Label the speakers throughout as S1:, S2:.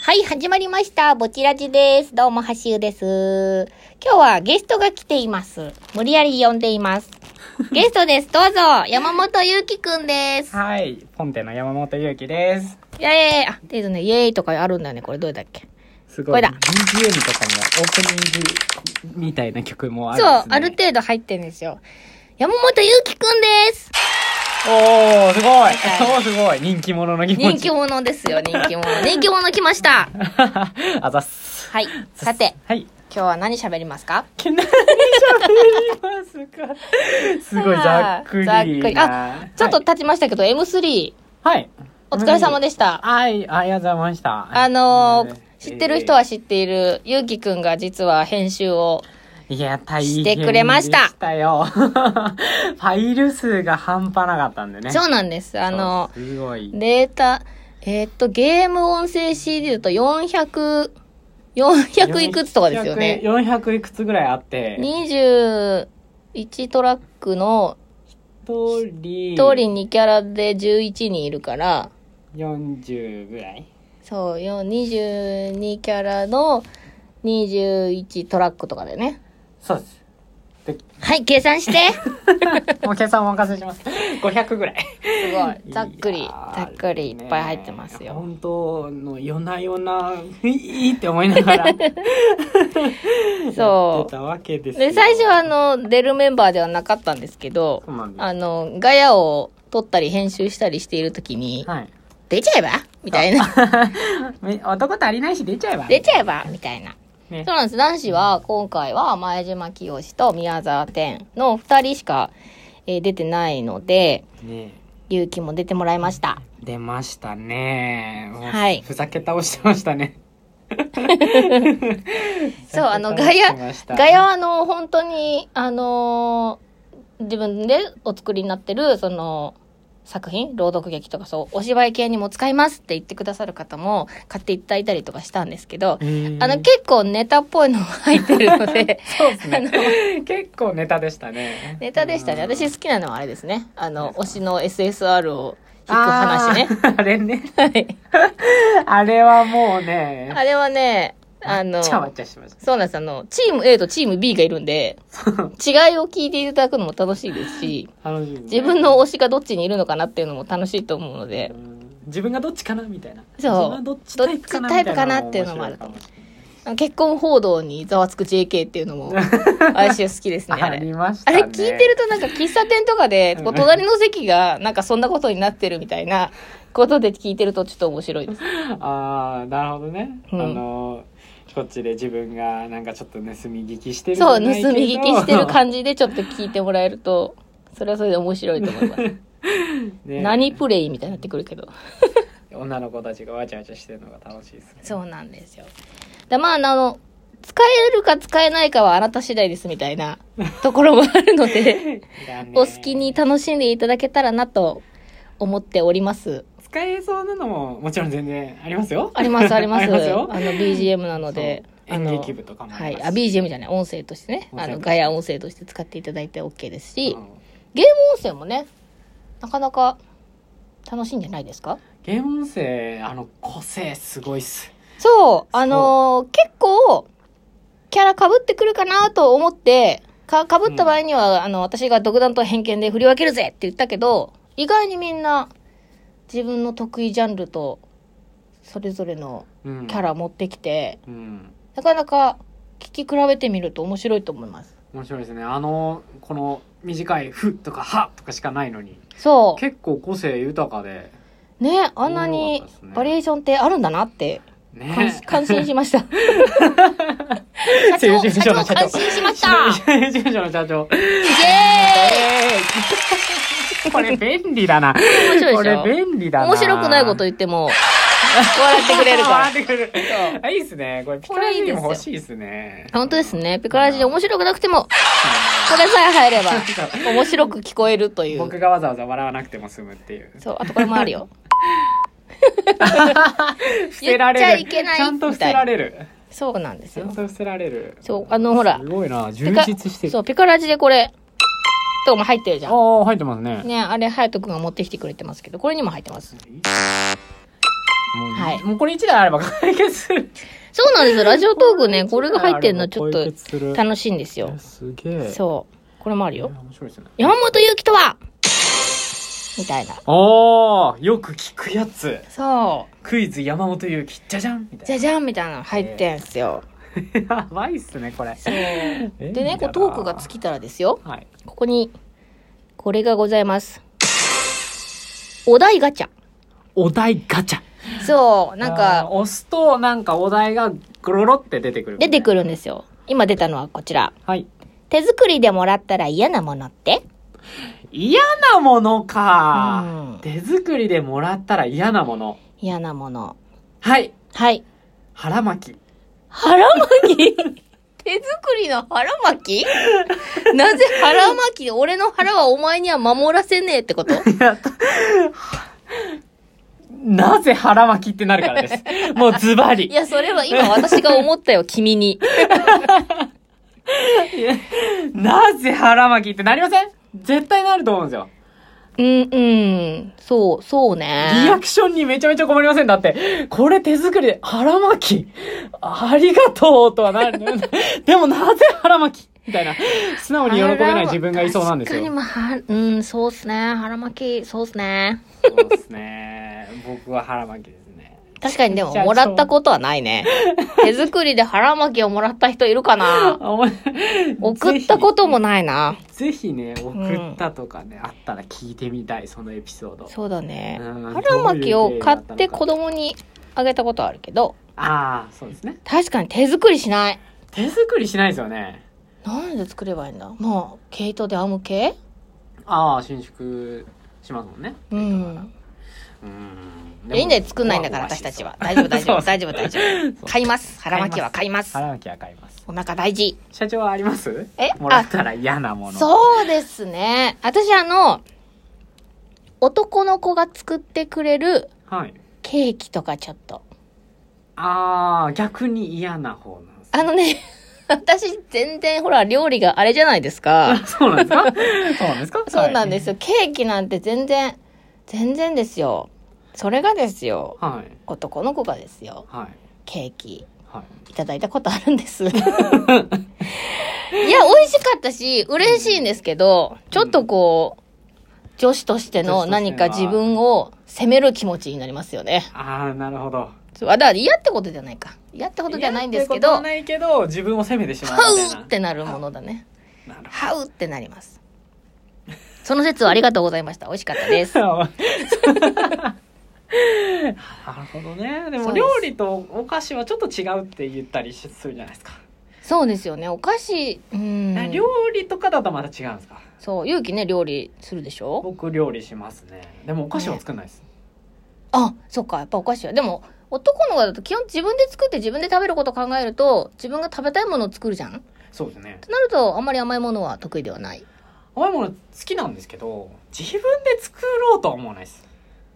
S1: はい、始まりました。ぼちらじです。どうも、はしゅうです。今日はゲストが来ています。無理やり呼んでい ます。ゲストです。どうぞ、山本ゆうきくんです。
S2: はい、ポンテの山本祐希です。
S1: イエーイあ、でね、イエーイとかあるんだよね。これどうだっけ
S2: す
S1: こ
S2: ご
S1: れ
S2: い。BGM
S1: だ
S2: とかもオープニングみたいな曲もある
S1: そ
S2: ん
S1: う、あ
S2: で
S1: る
S2: すね。
S1: 程度入ってんですよ。山本ゆうきくんです。
S2: おー、すごい
S1: たい
S2: そうすごい人気者の気持
S1: 人
S2: ち。
S1: 気者ですよ、人 気者。人気者来ました。
S2: あざっす。
S1: はい、さて、
S2: はい。
S1: 今日は何喋りますか
S2: けなに喋りますかすごい、ざっくり
S1: ざ
S2: な。
S1: っくりあ、ちょっと
S2: はい、
S1: 経ちましたけど、M3、
S2: はい。
S1: お疲れ様
S2: で
S1: でした。
S2: はい、ありがとうございました。
S1: あのー
S2: ね
S1: 知ってる人は知っている、ゆうきくんが実は編集を、
S2: いや、大
S1: し
S2: 変
S1: てくれました
S2: でしたよ。 ファイル数が半端なかったんでね。
S1: そうなんです。あの
S2: そうすごい。
S1: データ、えーっと、ゲーム音声 CD だと400、400いくつとかですよね。
S2: 400 400いくつぐらいあって、
S1: 21トラックの
S2: 一
S1: 1
S2: 人、
S1: 人2キャラで11人いるから、
S2: 40ぐらい
S1: そう、よ22キャラの21トラックとかでね。
S2: そうです。
S1: はい、計算して
S2: もう計算お任せします。500ぐらい。
S1: すごい。ざっく
S2: い
S1: り
S2: や、ー
S1: ざっくりいっぱい入ってます
S2: ね
S1: よ。
S2: 本当の夜な夜な、ふいーって思いながら。
S1: そう
S2: 出たわけですよ
S1: で、最初は、あの、出るメンバーではなかったんですけど
S2: そうなん、です
S1: あの、ガヤを撮ったり編集したりしているときに、
S2: はい。
S1: 出ちゃえばみたいな。
S2: め男足りないし出ちゃえば。
S1: 出ちゃえばみたいな。
S2: ね
S1: そうなんです。男子は、今回は前島清と宮沢天の二人しか、えー出てないので、
S2: ね
S1: 勇気も出てもらいました。
S2: 出ましたね。もう
S1: はい
S2: ふざけ倒してましたね。
S1: そう、あの、
S2: ふざ
S1: ガ
S2: け
S1: ヤ、
S2: 倒してました
S1: ガヤはあの、本当に、あのー自分でお作りになってる、その、作品、朗読劇とかそう、お芝居系にも使いますって言ってくださる方も買っていただいたりとかしたんですけど、あの、結構ネタっぽいのが入ってるの で、
S2: そうですね。結構ネタでしたね。
S1: ネタでしたね。
S2: うん
S1: 私好きなのはあれですね。あの、推しの SSR を弾く話ね。
S2: あーあれね。
S1: はい。
S2: あれはもうね、
S1: あれはね、あの、
S2: ちゃわちゃしまし
S1: そうなんです。あの、チーム A とチーム B がいるんで、違いを聞いていただくのも楽しいですし、
S2: た。楽しいですね
S1: 自分の推しがどっちにいるのかなっていうのも楽しいと思うので
S2: う、ん自分がどっちかなみたいな。
S1: そう
S2: 自分はどっちタイプかな
S1: どっちタイプかなっていうのもあると思う結婚報道にざわつく JK っていうの も、私は好きですね、
S2: あ
S1: あ
S2: れ。あり
S1: れ。
S2: まし
S1: あ
S2: たね。
S1: れ聞いてるとなんか喫茶店とかで、こう隣の席がなんかそんなことになってるみたいなことで聞いてるとちょっと面白いです。
S2: ああ、なるほどね。
S1: うん
S2: あのー、こっちで自分がなんかちょっと盗み聞きしてる
S1: そう、盗
S2: じゃ
S1: み
S2: ないけど
S1: 聞きしてる感じでちょっと聞いてもらえると、それはそれで面白いと思い ます。
S2: ね
S1: 何プレイみたいになってくるけど。
S2: 女の子たちがわちゃわちゃしてるのが楽しいですね。
S1: そうなんですよ。で、まあ、あの、使えるか使えないかはあなた次第ですみたいなところもあるの で、
S2: だね
S1: お好きに楽しんでいただけたらなと思っております。
S2: 使えそうなのももちろん全然ありますよ。
S1: あります、あり ます。あの、。
S2: よ
S1: BGM なので。
S2: そう
S1: あの
S2: 演劇部とかもあ
S1: は
S2: りま
S1: い。
S2: す
S1: あ、BGM じゃない、音声としてね。
S2: 音声
S1: あの、
S2: として
S1: ガヤ音声として使っていただいて OK ですし、
S2: うん
S1: ゲーム音声もね、なかなか楽しいんじゃないですか
S2: ゲーム音声、あの、個性すごいっす。
S1: そう、あのー結構、キャラ被ってくるかなと思って、か、被った場合には、あの、私が独断と偏見で振り分けるぜって言ったけど、意外にみんな、自分の得意ジャンルと、それぞれの
S2: うん。
S1: キャ。ラ持ってきて、
S2: うん。
S1: なかなか、聞き比べてみると面白いと思います。
S2: 面白いですね。あの、この短い、ふとか、はとかしかないのに、
S1: そ
S2: 結構個性豊かで、
S1: う。ね、あんなに
S2: 面白かったですね、
S1: バリエーションってあるんだなって、感
S2: ね
S1: 心。感心しま した。社長、社長
S2: 政治事情の社長
S1: 感心しました
S2: 政治事務所の社長。
S1: イエーイ
S2: えーこれ便利だな。
S1: 面白いでしょ
S2: これ便利だな。
S1: 面白くないこと言っても、笑ってくれるから
S2: 笑。ってくれる。あいいっすね。これ、ピカラジにも欲しいっすね。
S1: 本当ですね。ピカラジで面
S2: 白
S1: 白くなくても、これさえ入れば、面白く聞こえるとい
S2: 僕
S1: う。
S2: がわざわざ笑わなくても済むっていう。
S1: そう、あとこれもあるよ。
S2: 伏せられる。
S1: 言っちゃいけない
S2: ちゃんと伏せられる。
S1: そうなんです
S2: ちゃん
S1: よ
S2: と。伏せられる。
S1: そうあのほら
S2: すごいな。充
S1: ピカ
S2: 実してる。
S1: そう、ピカラジでこれ、とかも入ってるじゃん。
S2: ああ、入ってますね。
S1: ね、あれ、ハヤト君が持ってきてくれてますけど、これにも入ってます。
S2: もう、
S1: はい
S2: もうこれ一台あれば解決する。
S1: そうなんですよ。ラジオトークね、これが入ってるのちょっ
S2: 解
S1: と
S2: 決する
S1: 楽しいんですよ
S2: え。すげえ。う。
S1: そう。これもあるよ。
S2: 面白いですね。
S1: 山本祐希とはみたいな。
S2: ああ、よく聞くやつ。
S1: そ
S2: クイズ山本ゆうき、じゃじゃんみ
S1: う。
S2: た
S1: じ
S2: い
S1: ゃじゃんみたいなの入ってんすよ。
S2: な。やばいっすね、これ。
S1: そう。で
S2: え
S1: ね、こうトークが尽きたらですよ。
S2: はい。
S1: ここに、これがございます。お題ガチャ。
S2: お題ガチャ。
S1: そう。なん
S2: あー
S1: か、
S2: 押すと、なんかお題がゴロロって出てくる。
S1: 出てく
S2: る。
S1: るんですよ。今出たのはこちら。
S2: はい。
S1: 手作りでもらったら嫌なものって
S2: 嫌なものか、
S1: うん
S2: 手作りでもらったら嫌なもの。
S1: 嫌なもの。
S2: はい。
S1: はい。
S2: 腹巻き。
S1: 腹巻き 手作りの腹 巻きなぜ腹巻き俺の腹はお前には守らせねえってこと
S2: なぜ腹巻きってなるか らです。もうズバ
S1: い
S2: リ。
S1: や、それは今私が思ったよ、君に。
S2: なぜ腹巻きってなりません絶対なると思うんですよ。
S1: うん、うん。そう、そう
S2: リア
S1: ね。
S2: クションにめちゃめちゃ困りませんだって、これ手作りで腹巻き、ありがとうとはな る。でもなぜ腹巻きみたいな。素直に喜べない自分がいそうなんですよ。
S1: 確かに、まあ、はうん、そうっすね。腹巻き、そうっすね。
S2: そうですね。僕は腹巻きですね。
S1: 確かにでも、
S2: じゃあ
S1: もらったことはないね。 手作りで腹巻きをもらった人いるかな
S2: あお前
S1: 送ったこともないな。
S2: ぜひぜひね、送ったとかね、あったら聞いてみたい、そのエピソード。
S1: そうだね。
S2: うん
S1: 腹巻きを買って子供にあげたことはあるけど、
S2: ああ、そうですね。
S1: 確かに手作りしない。
S2: 手作りしないですよね。
S1: なんで作ればいいんだもう、毛糸で編む系
S2: ああ、伸縮しますもんね。
S1: うん。
S2: うん。
S1: いいんだよ、作んないんだから
S2: でも
S1: 私たちは。大丈夫、大丈
S2: そう
S1: 夫、大丈夫、大丈夫。買います。腹巻きは買います。
S2: 腹巻きは買います。
S1: お腹大事。
S2: 社長はあります
S1: え
S2: もらったら嫌なもの。う。
S1: そうですね。私あの、男の子が作ってくれる
S2: はい。
S1: ケーキとかちょっと。
S2: ああ、逆に嫌な方なんです。
S1: あのね、 私全然ほら料理があれじゃないですか。
S2: そうなん ですかそうなんですか
S1: そうなんです
S2: よ。
S1: よ。ケーキなんて全然、全然ですよ。それがですよ。
S2: はい。
S1: 男の子がですよ。
S2: はい。
S1: ケーキ
S2: はい。
S1: いただいたことあるんです。いや、美味しかったし、嬉しいんですけど、ちょっとこう、女子として
S2: 女
S1: の
S2: 子としては
S1: 何か自分を責める気持ちになりますよね。
S2: ああ、なるほど。
S1: そうあ、だから嫌ってことじゃないか。嫌ってことじゃないんですけ
S2: 嫌
S1: ど、
S2: ってことは
S1: ハ
S2: ないけど、自分を責めてしまうみたい
S1: ウ
S2: な。
S1: ってなるものだね。
S2: なるほど。
S1: ハウってなります。その説はありがとうございました。美味しかったです。
S2: なるほどねでも
S1: そうです
S2: 料理とお菓子はちょっと違うって言ったりするじゃないですか、
S1: そうですよね。お菓子、うん。
S2: 料理とかだとまた違うんですか
S1: そう、勇気ね、料理するでしょ
S2: 僕料理しますねでもお菓子は作んないです、
S1: あ、そっか、やっぱお菓子は。でも、男の子だと基本自分で作って自分で食べることを考えると、自分が食べたいものを作るじゃん
S2: そうですね
S1: となると、あんまり甘いものは得意ではない。
S2: 甘いもの好きなんですけど自分で作ろうとは思わないです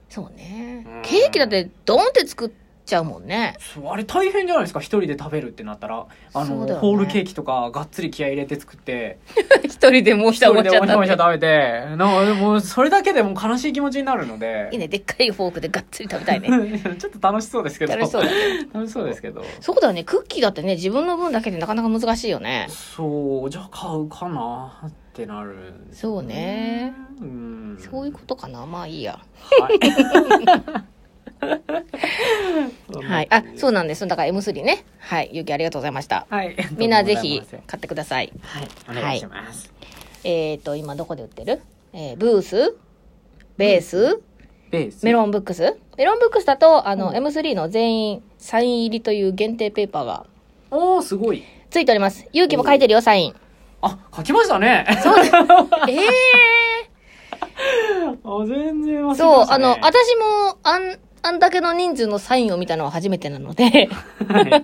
S1: そうね
S2: うん。
S1: ケーキだって、ドンって作っちゃうもんね。
S2: そうあれ大変じゃないですか一人で食べるってなったらあ
S1: そ
S2: の、
S1: うだよね
S2: ホールケーキとかがっつり気合い入れて作って
S1: 一人でもう
S2: 一人でおしゃおしゃ食べてなんかもうそれだけでもう悲しい気持ちになるので
S1: いいね、でっかいフォークでがっつり食べたいね。
S2: ちょっと楽しそうですけど
S1: 楽しそうだね。
S2: 楽しそうですけど
S1: そうだね、クッキーだってね、自分の分だけでなかなか難しいよね。
S2: そうじゃあ買うかなってなる
S1: そうね。
S2: うん
S1: そういうことかな。まあいいや。
S2: はいそん な
S1: はい。あ、そうなんです。だから M3 ね。はい。ゆうきありがとうございました。
S2: はい
S1: みんなぜひ
S2: どうもござい
S1: 買ってください。
S2: ますはいお願いします
S1: えっ、ー、と、今どこで売ってるえー、ブースベース
S2: ベース
S1: メロンブックスメロンブックスだと、あの、
S2: うん
S1: M3 の全員サイン入りという限定ペーパーが
S2: おおすごい
S1: ついております。勇気も書いてるよ、サイン。
S2: あ書きましたね
S1: ええ
S2: あ全然忘れてましたね
S1: そう、あの、私も、あん、あんだけの人数のサインを見たのは初めてなので、
S2: はい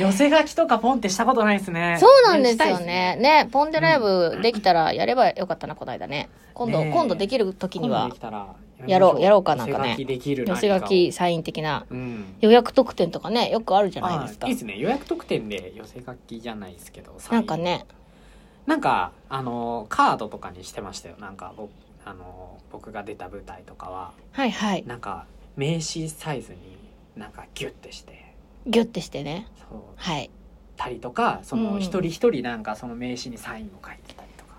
S2: 寄せ書きとかポンってしたことないですね
S1: そうなんです
S2: したい
S1: よ
S2: っ
S1: ね。ね、ポンデライブできたらやればよかったな、この間ね。今度、
S2: ねえ
S1: 今度できる時には
S2: 今度でき、たらましょ
S1: やろうやろうかなんかね
S2: 寄せ書きできる
S1: 寄
S2: 何
S1: せ
S2: かを
S1: 書きサイン的な
S2: うん
S1: 予約特典とかね、よくあるじゃない
S2: あ
S1: ですか
S2: いい。ですね予約特典で寄せ書きじゃないですけどサイ
S1: な
S2: ン
S1: んかね、
S2: なんかあのカードとかにしてましたよなんか僕あの僕が出た舞台とかは
S1: はいはい。
S2: なんか名刺サイズになんかギュッてして
S1: ギュッてしてね。
S2: そう
S1: はい。
S2: たりとかそうの
S1: ん
S2: 一人一人なんかその名刺にサインを書いてたりとか、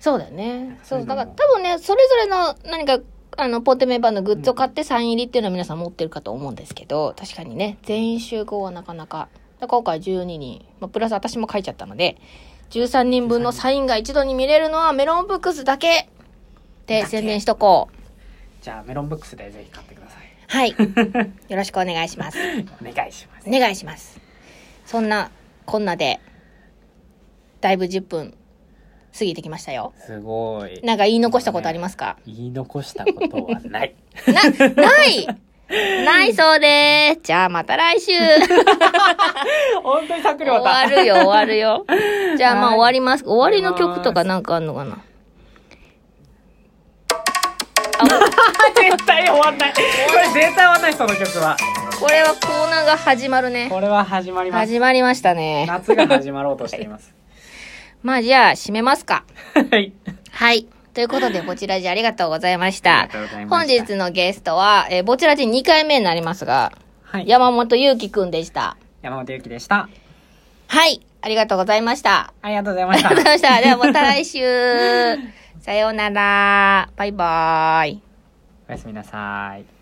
S1: そうだよね。
S2: そ
S1: そう
S2: いう
S1: う、
S2: の
S1: だ
S2: も
S1: から多分ね、それぞれの何か、あの、ポーテメンバーのグッズを買ってサイン入りっていうのは皆さん持ってるかと思うんですけど、確かにね、全員集合はなかなか。だから今回12人、まあ、プラス私も書いちゃったので、13人分のサインが一度に見れるのはメロンブックスだけで
S2: だけ
S1: 宣伝しとこう。
S2: じゃあメロンブックスでぜひ買ってください
S1: はい。よろしくお願いします。
S2: お願いします
S1: お願いします。そんな、こんなで、だいぶ10分過ぎてきましたよ。
S2: すごい
S1: なんか言い残したことあります か、
S2: 言い残したことはない
S1: な、ないないそうでーす。じゃあまた来 週
S2: 本当にさっくり
S1: 終
S2: 終わった
S1: わるよ、終わるよ。じゃあまあ
S2: はい
S1: 終わります。終わりの曲とかなんかあんのかな
S2: 絶対終わんないこれ絶対終わんないその曲は
S1: これはコーナーが始まるね。
S2: これは始まります
S1: 始まりましたね。
S2: 夏が始まろうとしています
S1: まあじゃあ締めますか。
S2: はい
S1: はい。ということで、ぼちらじありがとうございました
S2: ありがとうござい。ま
S1: 本
S2: した
S1: 日のゲストは、えー、ぼちらじ2回目になりますが、
S2: はい
S1: 山本ゆうきくんでした。
S2: 山本ゆきでした
S1: はい。ありがとうございました。
S2: ありがとうござい
S1: あ
S2: ま
S1: り
S2: し
S1: が
S2: た
S1: とうご ざいました。ではまた来週。さようなら。バイバーイ。
S2: おやすみなさい